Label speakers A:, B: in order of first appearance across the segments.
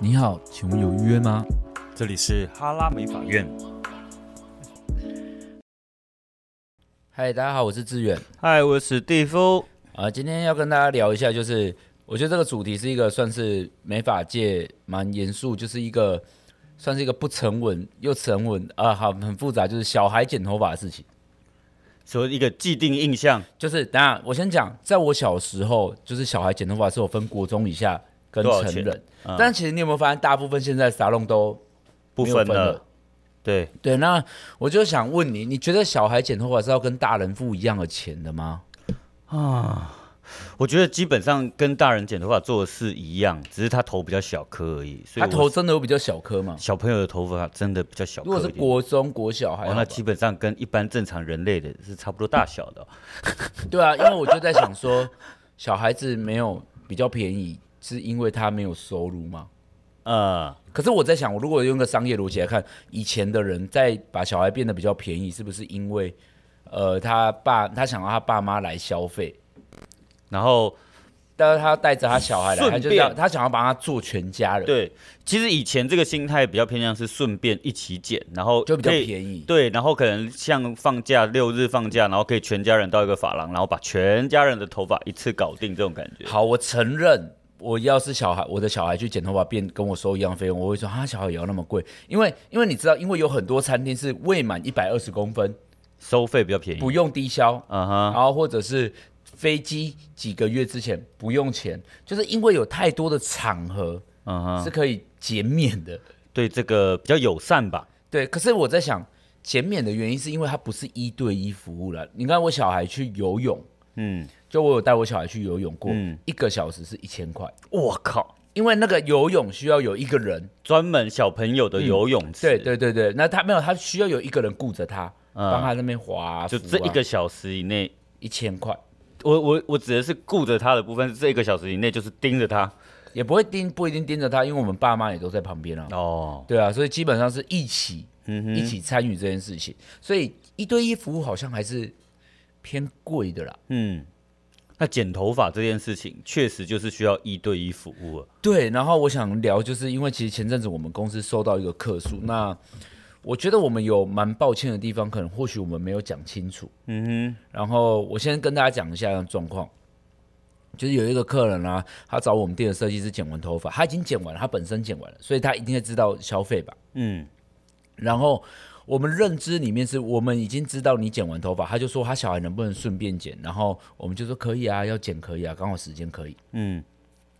A: 你好，请问有约吗？
B: 这里是哈拉美法院。
A: 嗨，大家好，我是志远。
B: 嗨，我是蒂夫。
A: 啊、今天要跟大家聊一下，就是我觉得这个主题是一个算是美发界蛮严肃，就是一个算是一个不沉稳又沉稳啊，好很复杂，就是小孩剪头发的事情。
B: 说一个既定印象，
A: 就是等一下我先讲，在我小时候，就是小孩剪头发是有分国中以下跟
B: 多少
A: 成
B: 钱嗯
A: 人，但其实你有没有发现，大部分现在沙龙都
B: 不
A: 没有
B: 分
A: 分
B: 了
A: 了。
B: 对，
A: 对，那我就想问你，你觉得小孩剪头发是要跟大人付一样的钱的吗？
B: 我觉得基本上跟大人剪头发做的是一样，只是他头比较小颗而已。所以
A: 他
B: 我
A: 头真的有比较小颗吗？
B: 小朋友的头发真的比较小颗
A: 如果
B: 一点。
A: 是国中、国小还好
B: 哦，
A: 吧
B: 那基本上跟一般正常人类的是差不多大小 的哦。
A: 对啊，因为我就在想说， 小孩子没有比较便宜，是因为他没有收入吗？嗯
B: 呃，
A: 可是我在想，我如果用个商业逻辑来看，以前的人在把小孩变得比较便宜，是不是因为呃他爸他想要他爸妈来消费，
B: 然后
A: 但是他带着他小孩来，
B: 顺
A: 他
B: 便
A: 就是要他想要把他做全家人，，
B: 对，其实以前这个心态比较偏向是顺便一起剪，然后
A: 就比较
B: 可以
A: 便宜
B: 对，然后可能像放假六日放假，然后可以全家人到一个发廊，然后把全家人的头发一次搞定，这种感觉。
A: 好，我承认，我要是小孩，我的小孩去剪头发变跟我收一样费用，我会说他小孩也要那么贵，因为因为你知道，因为有很多餐厅是未满一百二十公分
B: 收费比较便宜。
A: 不用低消，
B: 嗯
A: 然
B: 哼，
A: 后或者是飞机几个月之前不用钱，就是因为有太多的场合
B: 嗯哼，
A: 是可以减免的。
B: 对这个比较友善吧？
A: 对，可是我在想，减免的原因是因为它不是一对一服务了。你看我小孩去游泳，
B: 嗯，
A: 就我有带我小孩去游泳过，
B: 嗯
A: 一个小时是一千块。
B: 我靠，
A: 因为那个游泳需要有一个人，
B: 专门小朋友的游泳池，
A: 嗯对，对对对，那他没有，他需要有一个人顾着他，帮他那边划、啊，
B: 嗯就这一个小时以内，
A: 一千块，
B: 我我我指的是顾着他的部分，这一个小时以内就是盯着他。
A: 也不会盯，不一定盯着他，因为我们爸妈也都在旁边啊。
B: 哦，
A: 对啊，所以基本上是一起、
B: 嗯哼，
A: 一起参与这件事情，所以一对一服务好像还是偏贵的啦。
B: 嗯，那剪头发这件事情确实就是需要一对一服务了。
A: 对，然后我想聊，就是因为其实前阵子我们公司收到一个客诉，那我觉得我们有蛮抱歉的地方，可能或许我们没有讲清楚。
B: 嗯
A: 然后我先跟大家讲一下状况，就是有一个客人啊，他找我们店的设计师剪完头发，他已经剪完了，他本身剪完了，所以他一定会知道消费吧。
B: 哼，嗯，
A: 然后我们认知里面是我们已经知道你剪完头发，他就说他小孩能不能顺便剪，然后我们就说可以啊，要剪可以啊，刚好时间可以。
B: 嗯，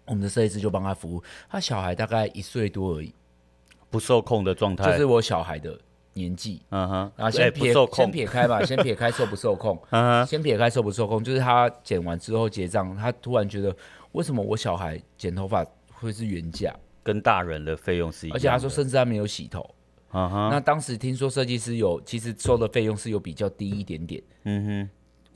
A: 我们的设计师就帮他服务，他小孩大概一岁多而已，
B: 不受控的状态，
A: 就是我小孩的年纪。
B: 嗯哼，
A: 啊，
B: 哎
A: 先
B: 不
A: 撇、
B: 受
A: 先
B: 控，
A: 撇开 吧，先撇开受不受控，
B: 嗯哼，
A: 先撇开受不受控，就是他剪完之后结账，他突然觉得为什么我小孩剪头发会是原价，
B: 跟大人的费用是一样
A: 而
B: 的。
A: 且他说甚至他没有洗头。
B: 嗯哼，
A: 那当时听说设计师有其实收的费用是有比较低一点点，
B: 嗯哼，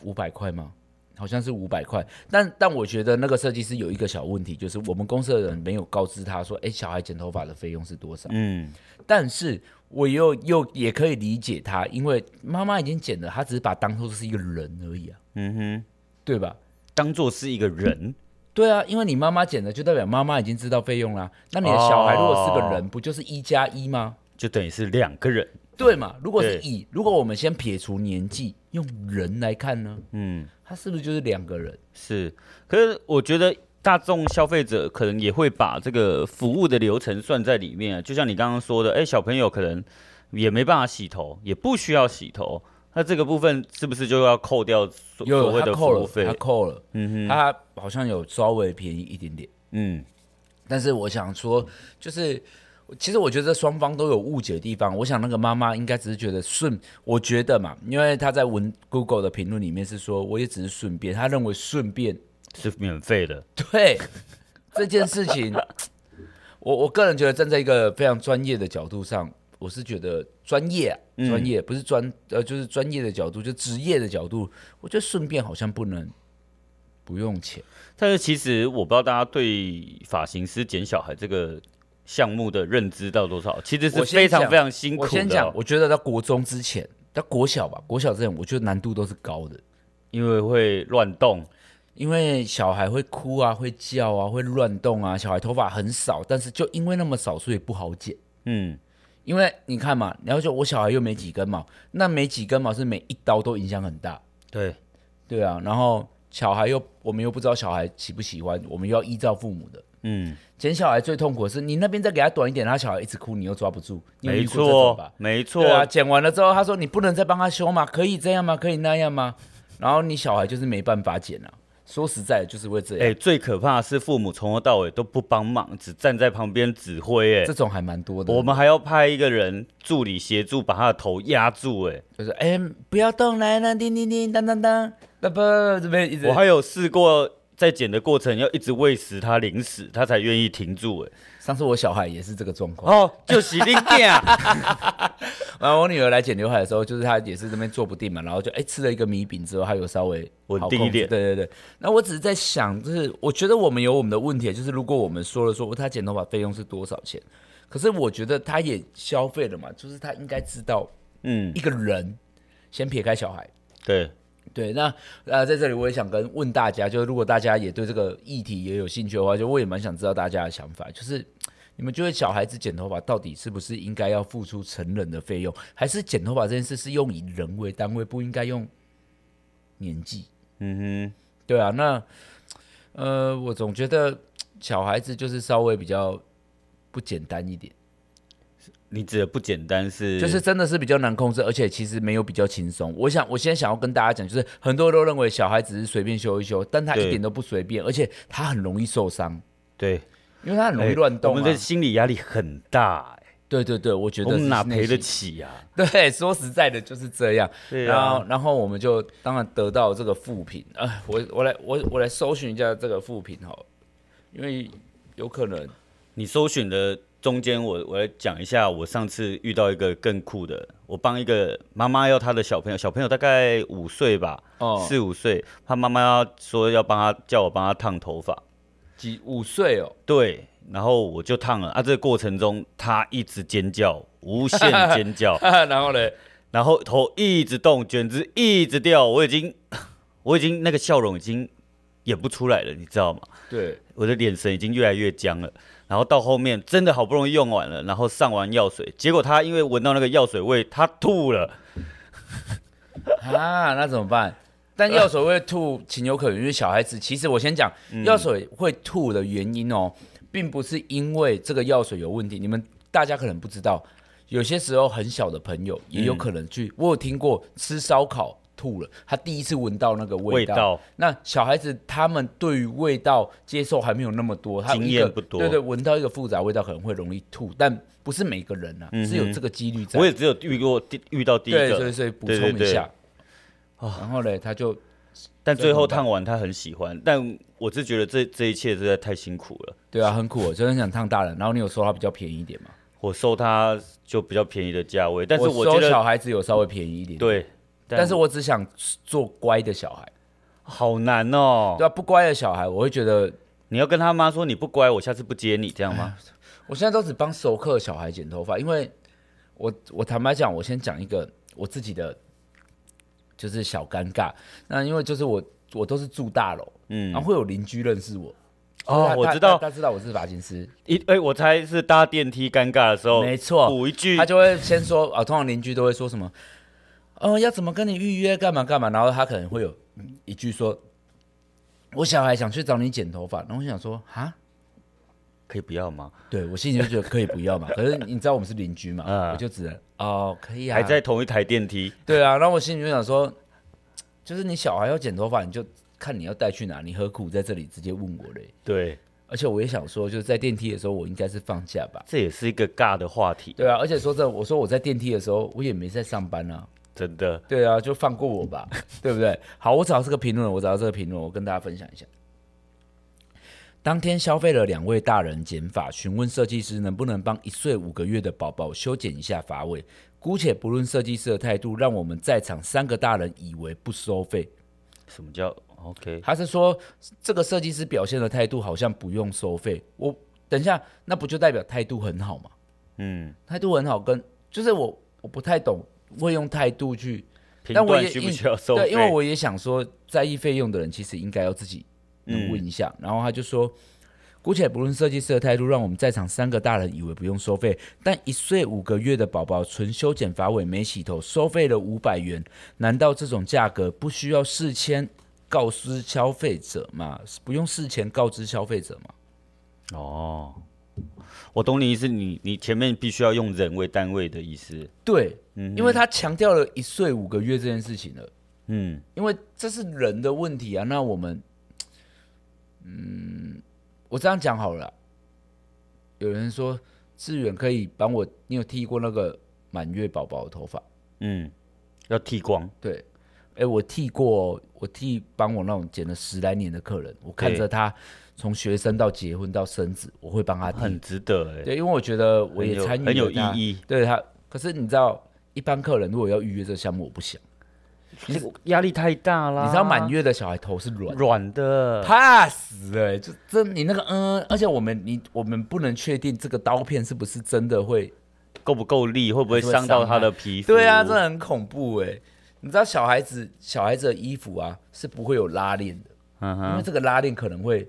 A: 五百块吗？好像是五百块，但但我觉得那个设计师有一个小问题，就是我们公司的人没有告知他说，哎、小孩剪头发的费用是多少？
B: 嗯，
A: 但是我又又也可以理解他，因为妈妈已经剪了，他只是把当做是一个人而已啊，
B: 嗯哼，
A: 对吧？
B: 当做是一个人，
A: 对啊，因为你妈妈剪了，就代表妈妈已经知道费用啦。那你的小孩如果是个
B: 哦
A: 人，不就是一加一吗？
B: 就等于是两个人。
A: 对嘛？如果是
B: 对
A: 以如果我们先撇除年纪，用人来看呢，
B: 嗯，
A: 他是不是就是两个人？
B: 是。可是我觉得大众消费者可能也会把这个服务的流程算在里面啊，就像你刚刚说的，哎、小朋友可能也没办法洗头，也不需要洗头。那这个部分是不是就要扣掉所所
A: 有
B: 谓
A: 他
B: 的服
A: 扣
B: 务
A: 了，
B: 费
A: 他？扣了，
B: 嗯哼，
A: 他好像有稍微便宜一点点。
B: 嗯，
A: 但是我想说，就是其实我觉得双方都有误解的地方。我想那个妈妈应该只是觉得顺，我觉得嘛，因为她在文 Google 的评论里面是说，我也只是顺便，她认为顺便
B: 是免费的。
A: 对这件事情，我我个人觉得站在一个非常专业的角度上，我是觉得专业啊、
B: 嗯
A: 专业、不是专呃，就是专业的角度，就职业的角度，我觉得顺便好像不能不用钱。
B: 但是其实我不知道大家对发型师剪小孩这个项目的认知到多少，其实是
A: 我先
B: 非常
A: 讲
B: 非常辛苦
A: 我
B: 的哦。
A: 先讲，我觉得在国中之前，在国小吧，国小之前，我觉得难度都是高的。
B: 因为会乱动，
A: 因为小孩会哭啊，会叫啊，会乱动啊，小孩头发很少，但是就因为那么少，所以不好剪。
B: 嗯，
A: 因为你看嘛，然后就我小孩又没几根毛，那没几根毛是每一刀都影响很大，
B: 对，
A: 对啊。然后小孩又我们又不知道小孩喜不喜欢，我们又要依照父母的。
B: 嗯，
A: 剪小孩最痛苦的是，你那边再给他短一点，他小孩一直哭，你又抓不住。你有
B: 没
A: 遇过这种吧
B: 错，没错
A: 对，啊，剪完了之后，他说你不能再帮他修吗？可以这样吗？可以那样吗？然后你小孩就是没办法剪啊。说实在的，就是会这样。
B: 哎、最可怕的是父母从头到尾都不帮忙，只站在旁边指挥、哎
A: 这，种还蛮多的。
B: 我们还要派一个人助理协助把他的头压住、哎，
A: 就是哎、不要动，来，那叮叮叮，当当当，不不，这边一直
B: 我。还有试过在剪的过程要一直喂食他零食，他才愿意停住、哎，
A: 上次我小孩也是这个状况。
B: 哦，就是你啊，
A: 然后我女儿来剪刘海的时候，就是她也是这边坐不定嘛，然后就哎、吃了一个米饼之后，她有稍微
B: 稳
A: 好
B: 定
A: 控
B: 一
A: 制
B: 点
A: 对对对。那我只是在想，就是我觉得我们有我们的问题，就是如果我们说了说她剪头发费用是多少钱，可是我觉得她也消费了嘛，就是她应该知道
B: 嗯
A: 一，个人，先撇开小孩。
B: 对，
A: 对，那呃，在这里我也想跟问大家，就是如果大家也对这个议题也有兴趣的话，就我也蛮想知道大家的想法，就是你们觉得小孩子剪头发到底是不是应该要付出成人的费用，还是剪头发这件事是用以人为单位，不应该用年纪？
B: 嗯
A: 对啊，那呃，我总觉得小孩子就是稍微比较不简单一点，
B: 哼，你指的不简单是，
A: 就是真的是比较难控制，而且其实没有比较轻松。我想，我现在想要跟大家讲，就是很多人都认为小孩只是随便修一修，但他
B: 对
A: 一点都不随便，而且他很容易受伤，
B: 对，
A: 因为他很容易
B: 哎
A: 乱
B: 我
A: 动、啊
B: 们的心理压力很大、哎
A: 对对对，我觉
B: 我
A: 得
B: 们哪
A: 是内
B: 赔得
A: 心？
B: 起啊？
A: 对，说实在的，就是这样。
B: 对啊
A: 然后，然后我们就当然得到这个负评。哎、我我来我我来搜寻一下这个负评好了，因为有可能
B: 你搜寻的中间，我我来讲一下，我上次遇到一个更酷的，我帮一个妈妈要她的小朋友，小朋友大概五岁吧，
A: 哦，
B: 四五岁，她妈妈要说要帮她叫我帮她烫头发，
A: 几五岁哦，，
B: 对，然后我就烫了啊，这个过程中她一直尖叫，无限尖叫
A: 然后嘞，
B: 然后头一直动，卷子一直掉，我已经 我已经那个笑容已经演不出来了，你知道吗？
A: 对，
B: 我的眼神已经越来越僵了。然后到后面真的好不容易用完了，然后上完药水，结果他因为闻到那个药水味，他吐了。
A: 啊，那怎么办？但药水会吐，情有可原，因为小孩子其实我先讲，
B: 嗯
A: 药水会吐的原因哦，并不是因为这个药水有问题，你们大家可能不知道，有些时候很小的朋友
B: 嗯
A: 也有可能去，我有听过吃烧烤吐了，他第一次闻到那个味道。
B: 味道
A: 那小孩子他们对于味道接受还没有那么多，他有一个
B: 经验不多
A: 对对，闻到一个复杂味道可能会容易吐，但不是每个人啊，
B: 嗯
A: 是有这个几率在。
B: 我也只有遇过第遇到第一
A: 对，
B: 个，
A: 所以所以补
B: 对对
A: 充一
B: 对
A: 下。哦然后嘞，他就
B: 但最后烫完他很喜欢。但我是觉得这这一切实在太辛苦了。
A: 对啊，很苦，我就很想烫大人。然后你有说它比较便宜一点嘛？
B: 我收他就比较便宜的价位，但是
A: 我
B: 觉
A: 收小
B: 得
A: 孩子有稍微便宜一点，。
B: 对，
A: 但是我只想做乖的小孩，
B: 好难哦。
A: 对啊，不乖的小孩，我会觉得
B: 你要跟他妈说你不乖，我下次不接你，这样吗？
A: 我现在都只帮熟客小孩剪头发，因为我我坦白讲，我先讲一个我自己的就是小尴尬。那因为就是我我都是住大楼，嗯，然后会有邻居认识我，啊
B: 哦
A: 他
B: 我
A: 他
B: 知
A: 他
B: 道
A: 他知道我是发型师，
B: 一哎、我猜是搭电梯尴尬的时候，
A: 啊没错
B: 补一句
A: 他就会先说啊，通常邻居都会说什么，呃，要怎么跟你预约，干嘛干嘛，然后他可能会有嗯一句说，我小孩想去找你剪头发，然后我想说啊，
B: 可以不要吗？
A: 对我心里就觉得可以不 要嘛，可是你知道我们是邻居嘛，
B: 嗯
A: 我就只能哦可以啊，
B: 还在同一台电梯。
A: 对啊，然后我心里就想说，就是你小孩要剪头发，你就看你要带去哪，你何苦在这里直接问我嘞？
B: 对，
A: 而且我也想说，就是在电梯的时候，我应该是放假吧。
B: 这也是一个尬的话题，
A: 对啊，而且说真的，我说我在电梯的时候，我也没在上班啊，
B: 真的。
A: 对啊，就放过我吧，对不对？好，我找到这个评论，我找到这个评论，我跟大家分享一下。当天消费了两位大人剪发，询问设计师能不能帮一岁五个月的宝宝修剪一下发尾。姑且不论设计师的态度，让我们在场三个大人以为不收费。
B: 什么叫 OK？
A: 他是说这个设计师表现的态度好像不用收费。我等一下，那不就代表态度很好吗？
B: 嗯，
A: 态度很好跟，就是我我不太懂会用态度去
B: 评
A: 但我
B: 断
A: 也
B: 需不
A: 因
B: 需要收费。
A: 对，因为我也想说，在意费用的人其实应该要自己能
B: 嗯
A: 问一下。然后他就说，姑且不论设计师的态度，让我们在场三个大人以为不用收费，但一岁五个月的宝宝纯修剪发尾没洗头，收费了五百元，难道这种价格不需要事先告知消费者吗？不用事前告知消费者吗？
B: 哦，我懂你意思，你你前面必须要用人为单位的意思。
A: 对，
B: 嗯哼
A: 因为他强调了一岁五个月这件事情了。
B: 嗯，
A: 因为这是人的问题啊。那我们，嗯，我这样讲好了啦。有人说志远可以帮我，你有剃过那个满月宝宝的头发？
B: 嗯，要剃光，
A: 对，哎、我剃过哦，我剃帮我那种剪了十来年的客人，我看
B: 对
A: 着他从学生到结婚到生子，我会帮他剃
B: 很。值得哎、
A: 嗯对，因为我觉得我也
B: 很有
A: 参与
B: 很有
A: 了他
B: 意义。
A: 对他，可是你知道，一般客人如果要预约这个项目，我不想。
B: 这个压力太大啦。
A: 你知道满月的小孩头是软的
B: 软的，
A: 怕死了欸、就真你那个嗯，而且我们你我们不能确定这个刀片是不是真的会，
B: 够不够力，会不会
A: 是会
B: 伤到
A: 伤
B: 他
A: 害
B: 的皮肤？
A: 对啊，这很恐怖哎、你知道小孩子小孩子的衣服啊是不会有拉链的，
B: 嗯
A: 因为
B: 哼，
A: 这个拉链可能会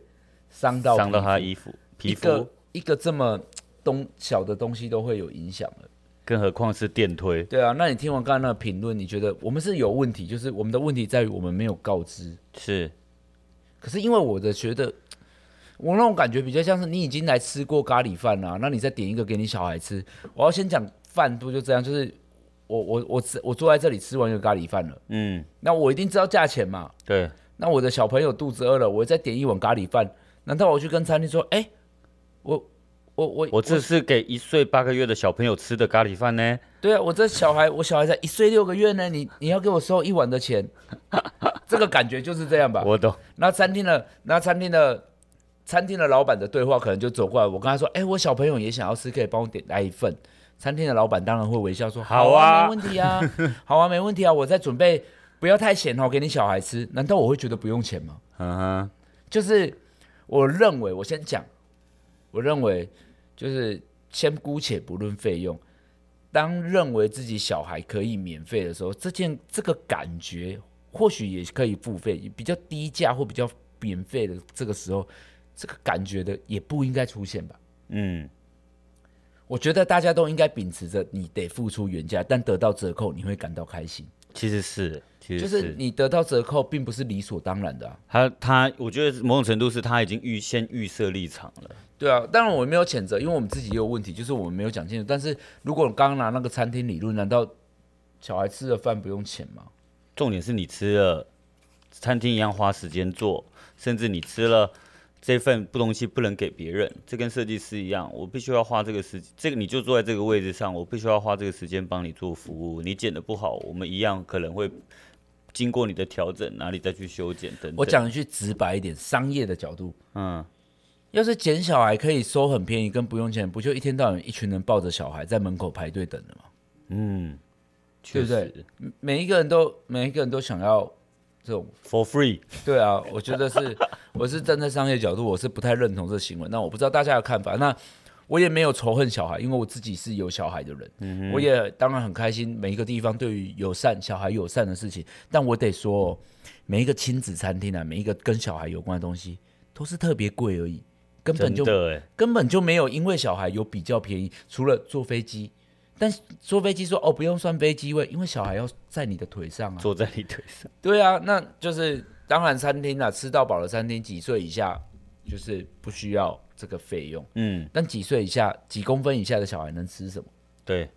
A: 伤到
B: 伤到
A: 皮
B: 他的
A: 肤
B: 衣服皮
A: 一个
B: 肤，
A: 一个这么东小的东西都会有影响了。
B: 更何况是电推。
A: 对啊，那你听完刚刚那个评论，你觉得我们是有问题？就是我们的问题在于我们没有告知。
B: 是，
A: 可是因为我的觉得，我那种感觉比较像是你已经来吃过咖喱饭啦、那你再点一个给你小孩吃。我要先讲饭不就这样，就是我我我吃我坐在这里吃完一个咖喱饭了，
B: 嗯，
A: 那我一定知道价钱嘛。
B: 对，
A: 那我的小朋友肚子饿了，我再点一碗咖喱饭，难道我去跟餐厅说，哎、我我我
B: 我这是给一岁八个月的小朋友吃的咖喱饭呢。
A: 对啊，我这小孩我小孩才一岁六个月呢，你你要给我收一碗的钱，这个感觉就是这样吧。
B: 我懂，
A: 那餐厅的那餐厅的餐厅的老板的对话可能就走过来，我跟他说：“哎、我小朋友也想要吃，可以帮我点来一份。”餐厅的老板当然会微笑说：“
B: 好
A: 好
B: 啊
A: 没问题啊， 好啊，没问题啊，我在准备，不要太咸哦，给你小孩吃。”难道我会觉得不用钱吗？
B: 嗯哼，
A: 就是我认为，我先讲，我认为就是先姑且不论费用，当认为自己小孩可以免费的时候，这件这个感觉或许也可以付费，比较低价或比较免费的这个时候，这个感觉的也不应该出现吧。
B: 嗯，
A: 我觉得大家都应该秉持着你得付出原价，但得到折扣，你会感到开心。
B: 其实是，其
A: 就
B: 实
A: 是你得到折扣，并不是理所当然的啊。
B: 他他，我觉得某种程度是他已经预先预设立场了。
A: 对啊，当然我没有谴责，因为我们自己也有问题，就是我们没有讲清楚。但是如果刚刚拿那个餐厅理论，难道小孩吃的饭不用钱吗？
B: 重点是你吃了，餐厅一样花时间做，甚至你吃了这份不东西不能给别人，这跟设计师一样，我必须要花这个时，这个你就坐在这个位置上，我必须要花这个时间帮你做服务。你剪的不好，我们一样可能会经过你的调整，哪里再去修剪等等。
A: 我，讲一句直白一点，商业的角度，
B: 嗯，
A: 要是捡小孩可以收很便宜，跟不用钱，不就一天到晚一群人抱着小孩在门口排队等了吗？
B: 嗯，
A: 对
B: 确
A: 不
B: 实
A: 对嗯每一个人都每一个人都想要这种，
B: f o r free，
A: 对啊，我觉得是 我是站在商业角度，我是不太认同这行为。那我不知道大家的看法，那我也没有仇恨小孩，因为我自己是有小孩的人，
B: 嗯
A: 我也当然很开心。每一个地方对于友善小孩友善的事情，但我得说、哦，每一个亲子餐厅啊，每一个跟小孩有关的东西，都是特别贵而已，根本
B: 真
A: 就
B: 的哎，
A: 根本就没有因为小孩有比较便宜，除了坐飞机。但是坐飞机说哦，不用算飞机位，因为小孩要在你的腿上啊。
B: 坐在你腿上，
A: 对啊，那就是当然餐厅啊，吃到饱的餐厅，几岁以下就是不需要这个费用。
B: 嗯，
A: 但几岁以下、几公分以下的小孩能吃什么？
B: 对，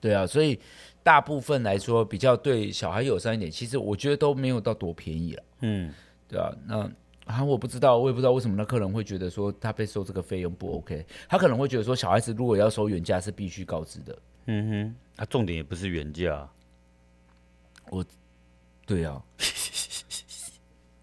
A: 对啊，所以大部分来说比较对小孩友善一点。其实我觉得都没有到多便宜了，
B: 嗯。
A: 对啊，那啊，我不知道，我也不知道为什么那客人会觉得说他被收这个费用不 OK，他可能会觉得说小孩子如果要收原价是必须告知的。
B: 嗯哼，它、重点也不是原价啊，
A: 对啊，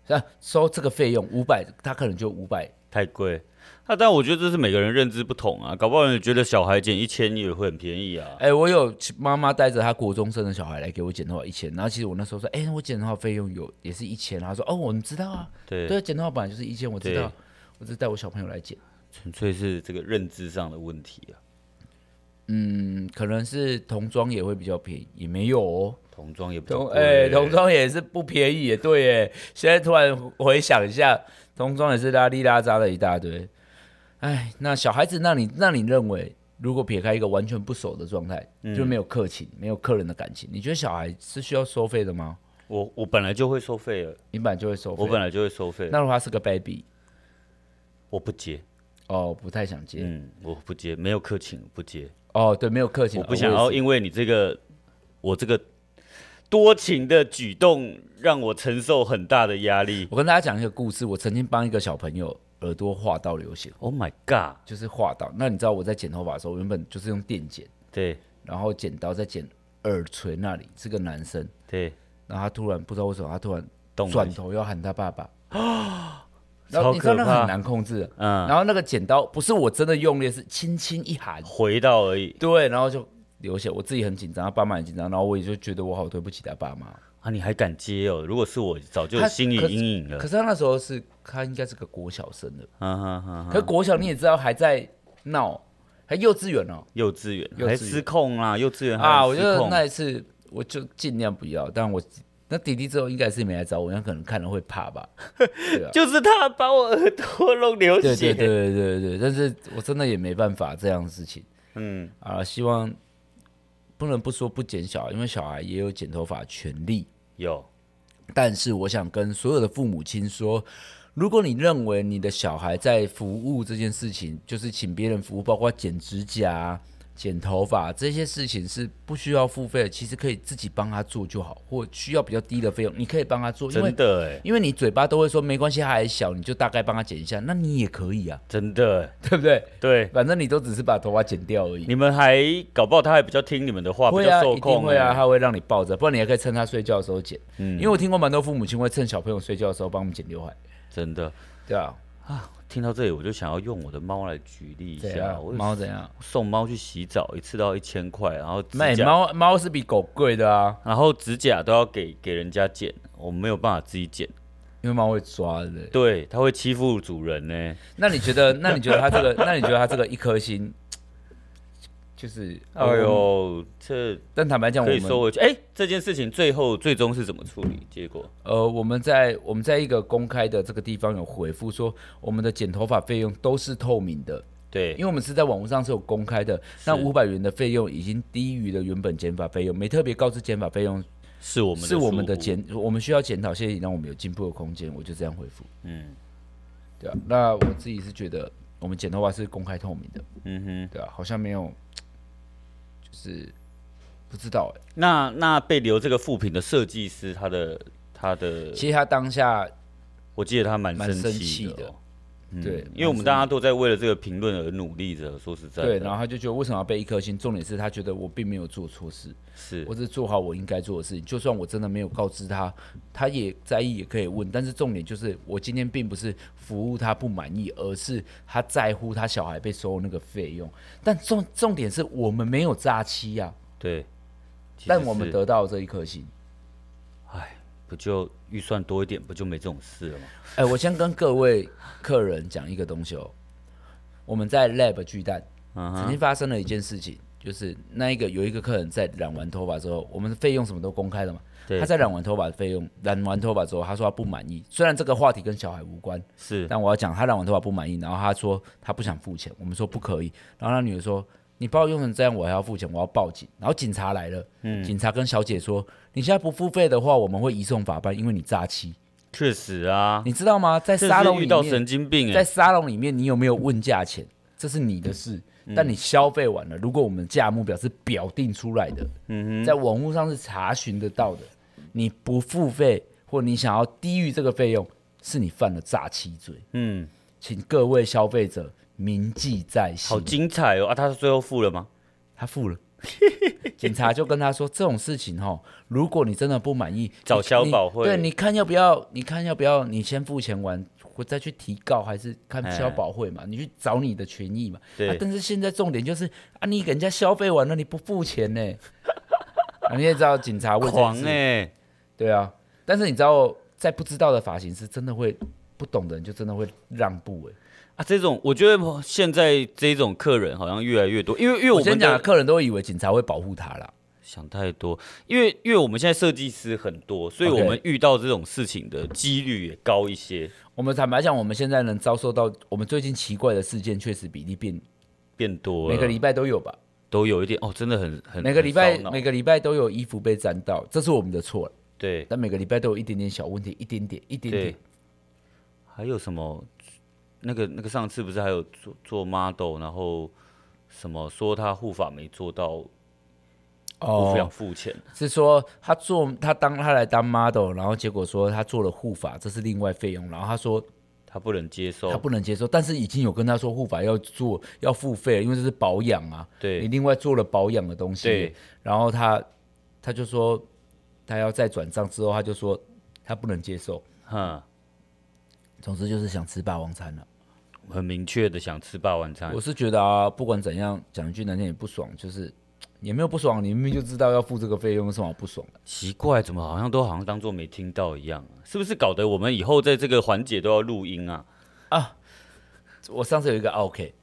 A: 那收这个费用五百，他可能就五百
B: 太贵。那、但我觉得这是每个人认知不同啊，搞不好有人觉得小孩剪一千也会很便宜啊。
A: 哎、我有妈妈带着她国中生的小孩来给我剪头发一千，然后其实我那时候说，哎、我剪头发费用有也是一千，她说，哦，我们知道啊，
B: 对，
A: 对，剪头发本来就是一千，我知
B: 对
A: 道，我只是带我小朋友来剪，
B: 纯粹是这个认知上的问题啊。
A: 嗯，可能是童装也会比较便宜，也没有哦。
B: 童装也比较
A: 童
B: 贵
A: 哎、童装也是不便宜，也对耶。现在突然回想一下，童装也是拉里拉扎的一大堆。哎，那小孩子，那你那你认为，如果撇开一个完全不熟的状态，就没有客情，没有客人的感情，你觉得小孩是需要收费的吗？
B: 我我本来就会收费了，
A: 你本来就会收费。
B: 我本来就会收费，
A: 那如果他是个 baby，
B: 我不接，
A: 哦，不太想接。
B: 嗯，我不接，没有客情，不接，
A: 哦，对，没有客情，
B: 我不
A: 呃
B: 想要
A: 也是
B: 因为你这个我这个多情的举动让我承受很大的压力。
A: 我跟大家讲一个故事，我曾经帮一个小朋友耳朵化到流血，
B: Oh my god！
A: 就是化到。那你知道我在剪头发的时候，原本就是用电剪，
B: 对
A: 然后剪刀在剪耳垂那里，是个男生。
B: 对，
A: 然后他突然不知道为什么，他突然
B: 动了
A: 转头要喊他爸 爸，然后
B: 超
A: 你知道
B: 可
A: 那个很
B: 怕。
A: 难控制的。
B: 嗯，
A: 然后那个剪刀不是我真的用力，是轻轻一喊，
B: 回到而已
A: 对，然后就流血。我自己很紧张，他爸妈很紧张，然后我也就觉得我好对不起他爸妈。
B: 啊！你还敢接哦？如果是我，早就有
A: 他
B: 心理
A: 可是
B: 阴影了
A: 可。是他那时候是，他应该是个国小生的，
B: 嗯哼哼，
A: 可是国小你也知道还在闹，还幼稚园哦。
B: 幼稚园
A: 幼稚园
B: 还失控啦，幼稚园还有
A: 啊，我
B: 失
A: 觉得
B: 控
A: 那一次我就尽量不要，但我那弟弟之后应该是没来找我，那可能看了会怕吧。
B: 就是他把我耳朵弄 流
A: 对
B: 血。
A: 对对对对对，但是我真的也没办法这样的事情
B: 嗯，
A: 啊，希望不能不说不剪小孩，因为小孩也有剪头发的权利。
B: 有
A: 但是我想跟所有的父母亲说，如果你认为你的小孩在服务这件事情，就是请别人服务，包括剪指甲、剪头发这些事情是不需要付费的，其实可以自己帮他做就好，或需要比较低的费用，你可以帮他做，因为
B: 真的哎，
A: 因为你嘴巴都会说没关系，他还小，你就大概帮他剪一下，那你也可以啊，
B: 真的欸
A: 对不对？
B: 对。
A: 反正你都只是把头发剪掉而已。
B: 你们还搞不好他还比较听你们的话，比
A: 会
B: 较
A: 啊，
B: 受
A: 一定
B: 控
A: 会啊，
B: 欸。嗯
A: 他会让你抱着，不然你还可以趁他睡觉的时候剪。因为我听过蛮多父母亲会趁小朋友睡觉的时候帮我们剪刘海。
B: 真的，
A: 对啊，
B: 听到这里我就想要用我的猫来举例一
A: 怎
B: 下。
A: 样？
B: 我
A: 猫怎样？
B: 送猫去洗澡，一次都要一千块，然后指
A: 那
B: 甲，
A: 猫猫是比狗贵的啊，
B: 然后指甲都要给给人家剪，我没有办法自己剪。
A: 因为猫会抓的。
B: 对，它会欺负主人呢、欸
A: 那你觉 得？那你觉得它这个？那你觉得它这个一颗星，就是
B: 哎，呦，这
A: 但坦白讲，我
B: 可以收
A: 们
B: 回去。哎、这件事情最后最终是怎么处理？结果
A: 呃，我们在我们在一个公开的这个地方有回复说，我们的剪头发费用都是透明的，因
B: 对
A: 为我们是在网络上是有公开的。那五百元的费用已经低于了原本减法费用，没特别告知减法费用
B: 是我们
A: 是我们的
B: 疏忽
A: 检，我们需要检讨，谢谢你让我们有进步的空间，我就这样回复。
B: 嗯
A: 对啊，那我自己是觉得我们剪头发是公开透明的，
B: 嗯哼。
A: 对啊，好像没有，就是不知道哎、
B: 那那被留这个副品的设计师，他的他的，
A: 其实他当下
B: 我记得他蛮
A: 蛮生
B: 气
A: 气
B: 的
A: 的
B: 哦，，
A: 对，
B: 因为我们大家都在为了这个评论而努力着。说实在的，
A: 对，然后他就觉得为什么要被一颗星？重点是他觉得我并没有做错事，
B: 是
A: 我只是做好我应该做的事情。就算我真的没有告知他，他也在意，也可以问。但是重点就是，我今天并不是服务他不满意，而是他在乎他小孩被收那个费用。但重重点是我们没有诈欺呀、
B: 对，其实
A: 但我们
B: 是
A: 得到这一颗星。
B: 不就预算多一点，不就没这种事了吗？
A: 哎、我先跟各位客人讲一个东西哦。我们在 Lab 巨蛋
B: 嗯
A: 曾经发生了一件事情，就是那一个有一个客人在染完头发之后，我们的费用什么都公开了嘛。
B: 对
A: 他在染完头发的费用，染完头发之后，他说他不满意。虽然这个话题跟小孩无关，
B: 是
A: 但我要讲他染完头发不满意，然后他说他不想付钱，我们说不可以。然后那女的说：“你把我用成这样，我还要付钱，我要报警。”然后警察来了，
B: 嗯
A: 警察跟小姐说：“你现在不付费的话，我们会移送法办，因为你诈欺。”
B: 确实啊，
A: 你知道吗？在
B: 这
A: 沙
B: 是
A: 龙
B: 遇
A: 里
B: 到
A: 面
B: 神，经病哎、
A: 在沙龙里面，你有没有问价钱？这是你的事。但你消费完了，如果我们价目表是表定出来的，在网络上是查询得到的，你不付费或你想要低于这个费用，是你犯了诈欺罪。
B: 嗯，
A: 请各位消费者铭记在
B: 好
A: 心。
B: 精彩哦啊！他最后付了吗？
A: 他付了， 警察就跟他说这种事情哈，如果你真的不满意，
B: 找
A: 你
B: 消
A: 你
B: 保会
A: 对，你看要不要？你看要不要？你先付钱完，我再去提告，还是看
B: 哎
A: 消保会嘛？你去找你的权益嘛。
B: 对
A: 啊但是现在重点就是啊，你给人家消费完了，你不付钱呢、 啊你也知道警察为这件
B: 狂
A: 事
B: 哎、
A: 对啊。但是你知道，在不知道的发型师真的会不懂的人，就真的会让步哎、
B: 啊，这种我觉得现在这种客人好像越来越多，因为因为
A: 我
B: 我
A: 先
B: 们
A: 讲，
B: 的
A: 客人都以为警察会保护他啦。
B: 想太多，因为因为我们现在设计师很多，所以
A: OK
B: 我们遇到这种事情的几率也高一些，
A: 我们坦白讲，我们现在能遭受到我们最近奇怪的事件，确实比例变
B: 变多了。
A: 每个礼拜都有吧，
B: 都有一点哦，真的很啊很
A: 每个礼拜
B: 很烧脑
A: 每个礼拜都有衣服被沾到，这是我们的错。
B: 对，
A: 但每个礼拜都有一点点小问题，一点点，一点
B: 对
A: 点。
B: 还有什么？那个那个上次不是还有做做 model，然后什么说他护发没做到，
A: 哦
B: 不想，付钱，
A: 是说他做他当他来当 model，然后结果说他做了护发，这是另外费用。然后他说
B: 他不能接受
A: 他。不能接受，但是已经有跟他说护发要做要付费了，因为这是保养啊，你
B: 对
A: 另外做了保养的东西
B: 对。
A: 然后他他就说他要再转账之后，他就说他不能接受。
B: 哼，
A: 总之就是想吃霸王餐了。
B: 很明确的想吃霸王餐
A: 我。是觉得啊，不管怎样，讲一句难听也不爽，就是也没有不爽，你明明就知道要付这个费用，有什么好不爽的？
B: 奇怪，怎么好像都好像当做没听到一样、啊？是不是搞得我们以后在这个环节都要录音啊？
A: 我上次有一个 OK，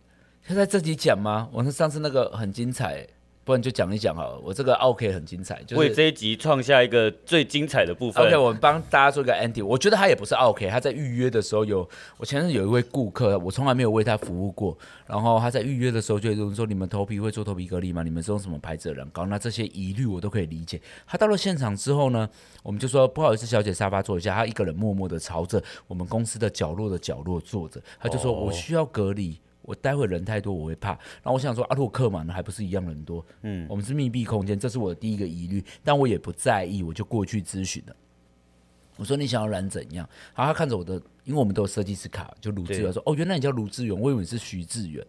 A: 要在这集讲吗？我上次那个很精彩、不然就讲一讲好了。我这个 OK 很精彩，就
B: 为
A: 是
B: 这一集创下一个最精彩的部分。
A: OK，我们帮大家做一个 ending。我觉得他也不是 OK，他在预约的时候有，我前阵子有一位顾客，我从来没有为他服务过，然后他在预约的时候就有人说：“你们头皮会做头皮隔离吗？你们是用什么牌子的染膏？”那这些疑虑我都可以理解。他到了现场之后呢，我们就说：“不好意思，小姐，沙发坐一下。”他一个人默默的朝着我们公司的角落的角落坐着，他就说：“
B: 哦
A: 我需要隔离。”我待会人太多，我会怕。然后我想说，啊，如果客满了，还不是一样人多？嗯，我们是密闭空间，这是我的第一个疑虑，但我也不在意，我就过去咨询了。我说你想要染怎样？然后他看着我的，因为我们都有设计师卡，就卢志远
B: 对
A: 说：“哦，原来你叫卢志远，我以为你是徐志远。”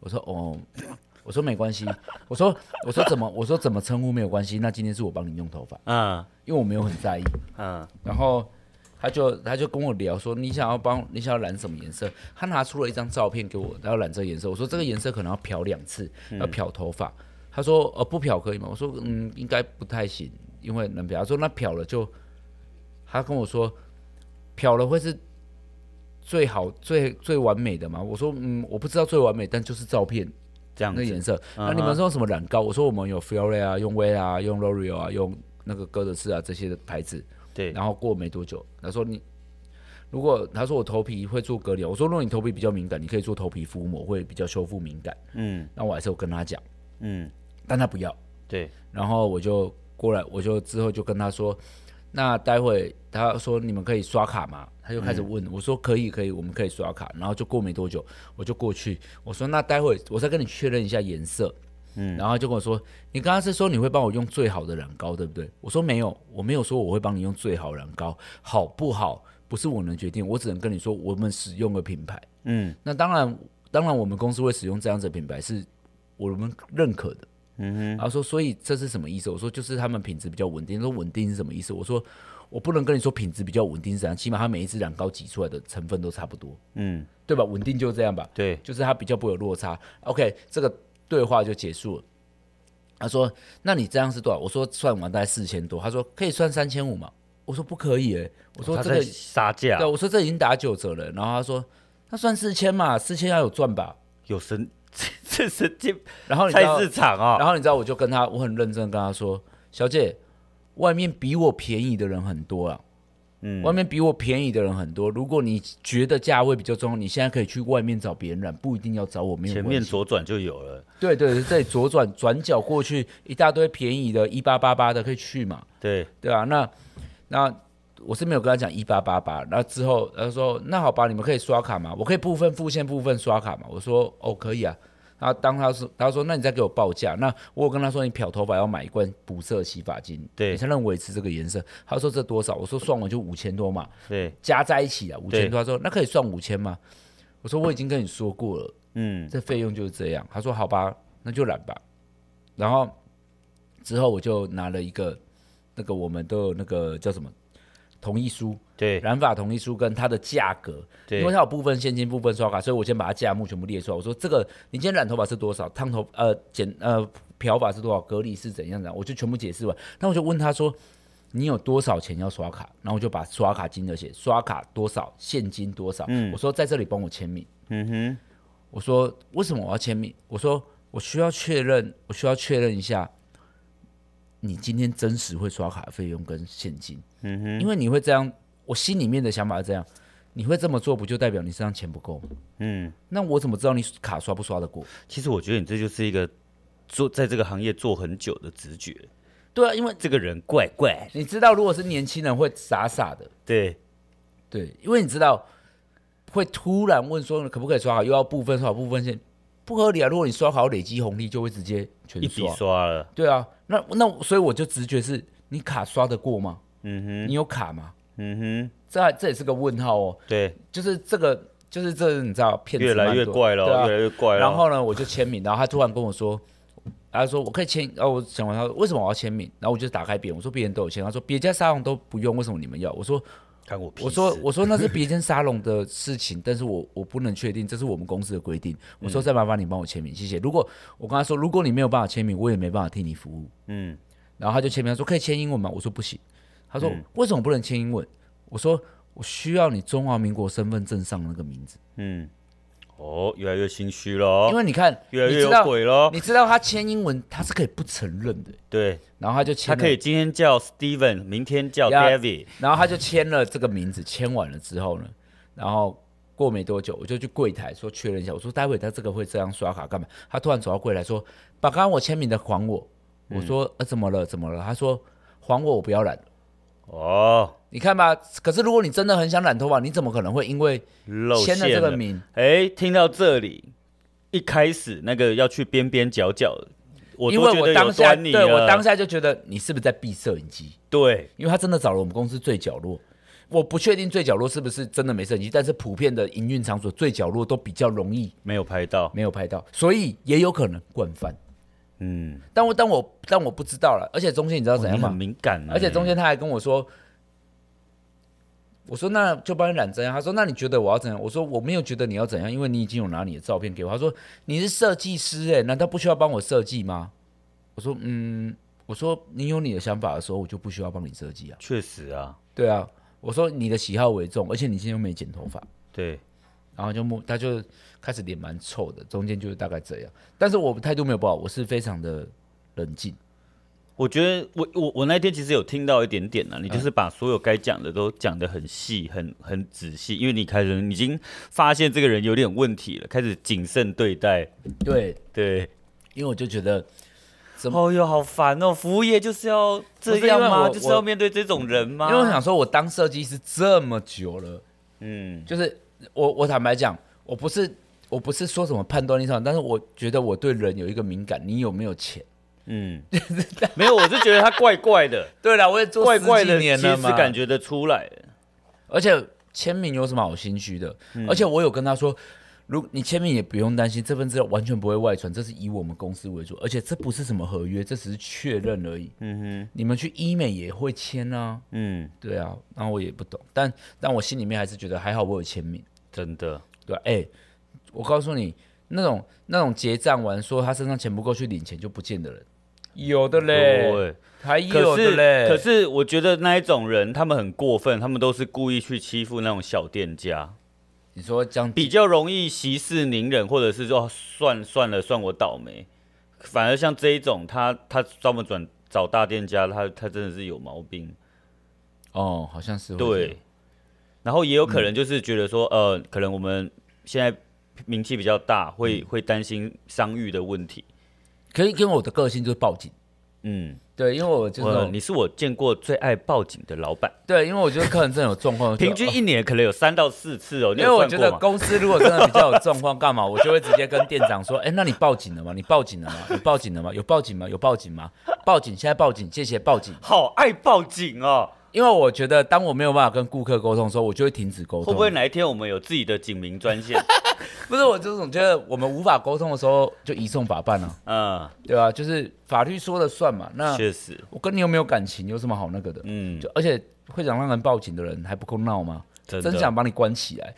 A: 我说：“哦，我说没关系，我说我说怎么我说怎么称呼没有关系，那今天是我帮你弄头发，
B: 嗯
A: 因为我没有很在意。”
B: 嗯，
A: 然后他就他就跟我聊说，你想要帮你想要染什么颜色？他拿出了一张照片给我，他要染这个颜色。我说这个颜色可能要漂两次，要漂头发。他说呃不漂可以吗？我说嗯应该不太行，因为能漂。他说那漂了就，他跟我说漂了会是。最好最最完美的吗？我说，嗯，我不知道最完美，但就是照片
B: 这样
A: 那颜
B: 子。
A: 色。那你们是用什么染膏？我说我们有 Fiore 啊，用 Way 啊，用 L'Oreal 啊，用那个哥德士啊这些的牌子。
B: 对，
A: 然后过没多久，他说你如果他说我头皮会做隔离，我说如果你头皮比较敏感，你可以做头皮敷膜，会比较修复敏感。
B: 嗯
A: 那我还是有跟他讲，
B: 嗯，
A: 但他不要。
B: 对，
A: 然后我就过来，我就之后就跟他说，那待会他说你们可以刷卡吗？他就开始问、我说可以可以，我们可以刷卡。然后就过没多久，我就过去，我说那待会我再跟你确认一下颜色。嗯，然后他就跟我说，你刚刚是说你会帮我用最好的染膏，对不对？我说没有，我没有说我会帮你用最好染膏，好不好？不是我能决定，我只能跟你说我们使用的品牌。
B: 嗯
A: 那当然，当然我们公司会使用这样子的品牌，是我们认可的。
B: 嗯哼，
A: 然后啊说，所以这是什么意思？我说就是他们品质比较稳定。他说稳定是什么意思？我说我不能跟你说品质比较稳定是怎样，起码它每一支染膏挤出来的成分都差不多，
B: 嗯
A: 对吧？稳定就这样吧，
B: 对，
A: 就是它比较不会有落差。OK，这个对话就结束了。他说：“那你这样是多少？”我说：“算完大概四千多。”他说：“可以算三千五吗？”我说：“不可以、欸。”我说：“
B: 哦他
A: 这个
B: 在杀价
A: 对，，啊我说这已经打九折了。”然后他说：“那算四千嘛，四千要有赚吧
B: 有神， 这这神经？”
A: 然后你知
B: 菜
A: 道
B: 市场啊、
A: 然后你知道，我就跟他，我很认真地跟他说：“小姐，外面比我便宜的人很多啊，
B: 嗯
A: 外面比我便宜的人很多。如果你觉得价位比较重要，你现在可以去外面找别人染，不一定要找我，没有
B: 前
A: 关
B: 面
A: 系。
B: 左转就有了，
A: 对对对，这里左转转角过去一大堆便宜的，一八八八的可以去嘛，
B: 对，
A: 对啊，那那我是没有跟他讲一八八八，那之后他说那好吧，你们可以刷卡吗？我可以部分付现，部分刷卡嘛？我说哦，可以啊。然后当他说他说那你再给我报价，那我有跟他说你漂头发要买一罐补色洗发精，
B: 对
A: 你才能维持这个颜色。他说这多少？我说算完就五千多嘛，
B: 对，
A: 加在一起啊五千
B: 对
A: 多。他说那可以算五千吗？我说我已经跟你说过了，
B: 嗯
A: 这费用就是这样。他说好吧，那就染吧。然后之后我就拿了一个那个我们都有那个叫什么同意书，
B: 对
A: 染发同意书跟它的价格，
B: 对
A: 因为它有部分现金、部分刷卡，所以我先把它价目全部列出来。我说这个你今天染头发是多少，烫头呃剪呃漂发是多少，隔离是怎样的，我就全部解释完。那我就问他说。你有多少钱要刷卡，然后我就把刷卡金额写刷卡多少，现金多少。
B: 嗯
A: 我说在这里帮我签名。
B: 嗯哼，
A: 我说为什么我要签名？我说我需要确认，我需要确认一下，你今天真实会刷卡费用跟现金，
B: 嗯哼，
A: 因为你会这样，我心里面的想法是这样，你会这么做，不就代表你身上钱不够吗？
B: 嗯。
A: 那我怎么知道你卡刷不刷得过？
B: 其实我觉得你这就是一个做在这个行业做很久的直觉，
A: 对啊，因为
B: 这个人怪怪，
A: 你知道，如果是年轻人会傻傻的，
B: 对，
A: 对，因为你知道会突然问说可不可以刷卡，又要部分刷部分现，不合理啊！如果你刷卡有累积红利，就会直接全
B: 一笔
A: 刷。
B: 刷了，
A: 对啊，那那所以我就直觉是你卡刷得过吗？
B: 嗯
A: 你有卡吗？
B: 哼，嗯
A: 这这也是个问号哦
B: 哼，，对，
A: 就是这个就是这你知道骗子
B: 越来
A: 蛮
B: 越
A: 多
B: 怪了，哦
A: 对啊
B: 越来越怪了，
A: 然后呢，我就签名，然后他突然跟我说，他说我可以签，然后我想完他说为什么我要签名？然后我就打开别人，我说别人都有签，他说别家沙龙都不用，为什么你们要？我说
B: 看我屁事，
A: 我说我说那是别间沙龙的事情，但是我我不能确定，这是我们公司的规定。我
B: 嗯
A: 说再麻烦你帮我签名，谢谢。如果我跟他说，如果你没有办法签名，我也没办法替你服务。
B: 嗯，
A: 然后他就签名，他说可以签英文吗？我说不行。他
B: 嗯
A: 说、为什么不能签英文？我说我需要你中华民国身份证上的那个名字，
B: 嗯，哦，越来越心虚了哦，
A: 因为你看，
B: 越来
A: 你
B: 越
A: 知
B: 有
A: 道
B: 鬼了，
A: 你知道他签英文，他是可以不承认的。
B: 对，
A: 然后他就
B: 他
A: 签了，
B: 可以今天叫 Steven，明天叫
A: 呀
B: David，
A: 然后他就签了这个名字，签完了之后呢，然后过没多久，我就去柜台说确认一下，我说待会他这个会这样刷卡干嘛？他突然走到柜台说：“把刚刚我签名的还我。”我
B: 嗯
A: 说：“呃，怎么了？怎么了？”他说：“还我，我不要染。
B: 哦，”
A: 你看吧，可是如果你真的很想染头发，你怎么可能会因为
B: 露
A: 签
B: 馅
A: 这个
B: 了
A: 名？
B: 哎，听到这里，一开始那个要去边边角角的，我
A: 因
B: 都
A: 为
B: 觉
A: 我
B: 得
A: 当
B: 有
A: 下
B: 端倪啊
A: 对我
B: 了
A: 当下就觉得你是不是在闭摄影机？
B: 对，
A: 因为他真的找了我们公司最角落。我不确定最角落是不是真的没摄影机，但是普遍的营运场所最角落都比较容易
B: 没有拍到，
A: 没有拍到，所以也有可能惯犯。
B: 嗯，
A: 但我但我但我不知道了，而且中间你知道
B: 哦
A: 怎
B: 你
A: 样吗
B: 很？敏感啊，
A: 而且中间他还跟我说，我说那就帮你染怎啊样？他说那你觉得我要怎样？我说我没有觉得你要怎样，因为你已经有拿你的照片给我。他说你是设计师哎、难道不需要帮我设计吗？我说嗯，我说你有你的想法的时候，我就不需要帮你设计啊。
B: 确实啊，
A: 对啊，我说你的喜好为重，而且你今天又没剪头发，
B: 对，
A: 然后就目他就开始脸蛮臭的，中间就是大概这样。但是我态度没有不好，我是非常的冷静。
B: 我觉得我我我那天其实有听到一点点
A: 嗯
B: 啊，你就是把所有该讲的都讲得很细、很很仔细，因为你开始你已经发现这个人有点问题了，开始谨慎对待，
A: 对，
B: 对，
A: 因为我就觉得怎么
B: 哦哟，好烦哦，服务业就是要这
A: 不是
B: 样
A: 因为
B: 吗？
A: 我
B: 就是要
A: 我
B: 面对这种人吗？
A: 因为我想说，我当设计师这么久了，
B: 嗯，
A: 就是我我坦白讲，我不是我不是说什么判断力上，但是我觉得我对人有一个敏感，你有没有钱？
B: 嗯，没有，我是觉得他怪怪的，
A: 对了，我也做
B: 怪
A: 十
B: 怪
A: 几
B: 的，其
A: 年了
B: 实
A: 嘛，
B: 感觉得出来。
A: 而且签名有什么好心虚的？而且我有跟他说，如你签名也不用担心，这份资料完全不会外传，这是以我们公司为主，而且这不是什么合约，这只是确认而已。
B: 嗯哼，
A: 你们去医美也会签啊，
B: 嗯，
A: 对啊，然后我也不懂，但但我心里面还是觉得还好，我有签名，
B: 真的，
A: 对吧、哎、我告诉你，那种那种结账完说他身上钱不够去领钱就不见的人，有的嘞，
B: 对。
A: 还有
B: 可
A: 的
B: 是，
A: 嘞，
B: 可是我觉得那一种人，他们很过分，他们都是故意去欺负那种小店家，
A: 你说这样
B: 比较容易息事宁人，或者是说、哦算算了，算我倒霉。反而像这一种，他他专门转找大店家，他他真的是有毛病。
A: 哦，好像是会这样
B: 对，然后也有可能就是觉得说，呃，可能我们现在名气比较大，
A: 嗯
B: 会、会担心商誉的问题。
A: 可以跟我的个性就是报警，
B: 嗯，
A: 对，因为我就是那
B: 呃
A: 种
B: 你是我见过最爱报警的老板，
A: 对，因为我觉得客人真的有状况，我就
B: 平均一年可能有三到四次哦。你
A: 因
B: 有
A: 为我
B: 算
A: 觉
B: 过
A: 得
B: 吗
A: 公司如果真的比较有状况，干嘛我就会直接跟店长说：“哎、那你报警了吗？你报警了吗？你报警了吗？有报警吗？有报警吗？报警！现在报警！谢谢报警！
B: 好爱报警哦！
A: 因为我觉得当我没有办法跟顾客沟通的时候，我就会停止沟通。
B: 会不会哪一天我们有自己的警民 专线？
A: 不是我这种觉得我们无法沟通的时候，就移送法办了、啊
B: 嗯，
A: 对吧、就是法律说了算嘛。那
B: 确实，
A: 我跟你有没有感情，有什么好那个的？
B: 嗯，
A: 就而且会想让人报警的人还不够闹吗？
B: 真的
A: 真想把你关起来。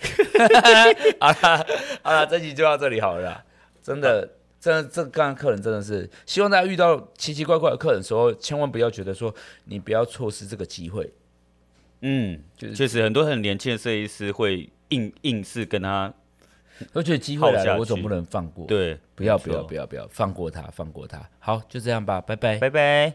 A: 好啦，好啦，这集就到这里好了啦。真的，真的，这刚刚客人真的是希望大家遇到奇奇怪怪的客人的时候，千万不要觉得说你不要错失这个机会。
B: 嗯，
A: 就是
B: 确实很多很年轻的设计师会硬硬是跟他
A: 我觉得机会来
B: 耗下
A: 了，
B: 去
A: 我总不能放过。，
B: 对，
A: 不要
B: 没
A: 不要
B: 错
A: 不要不要放过他，放过他。好，就这样吧，拜拜。
B: 拜拜。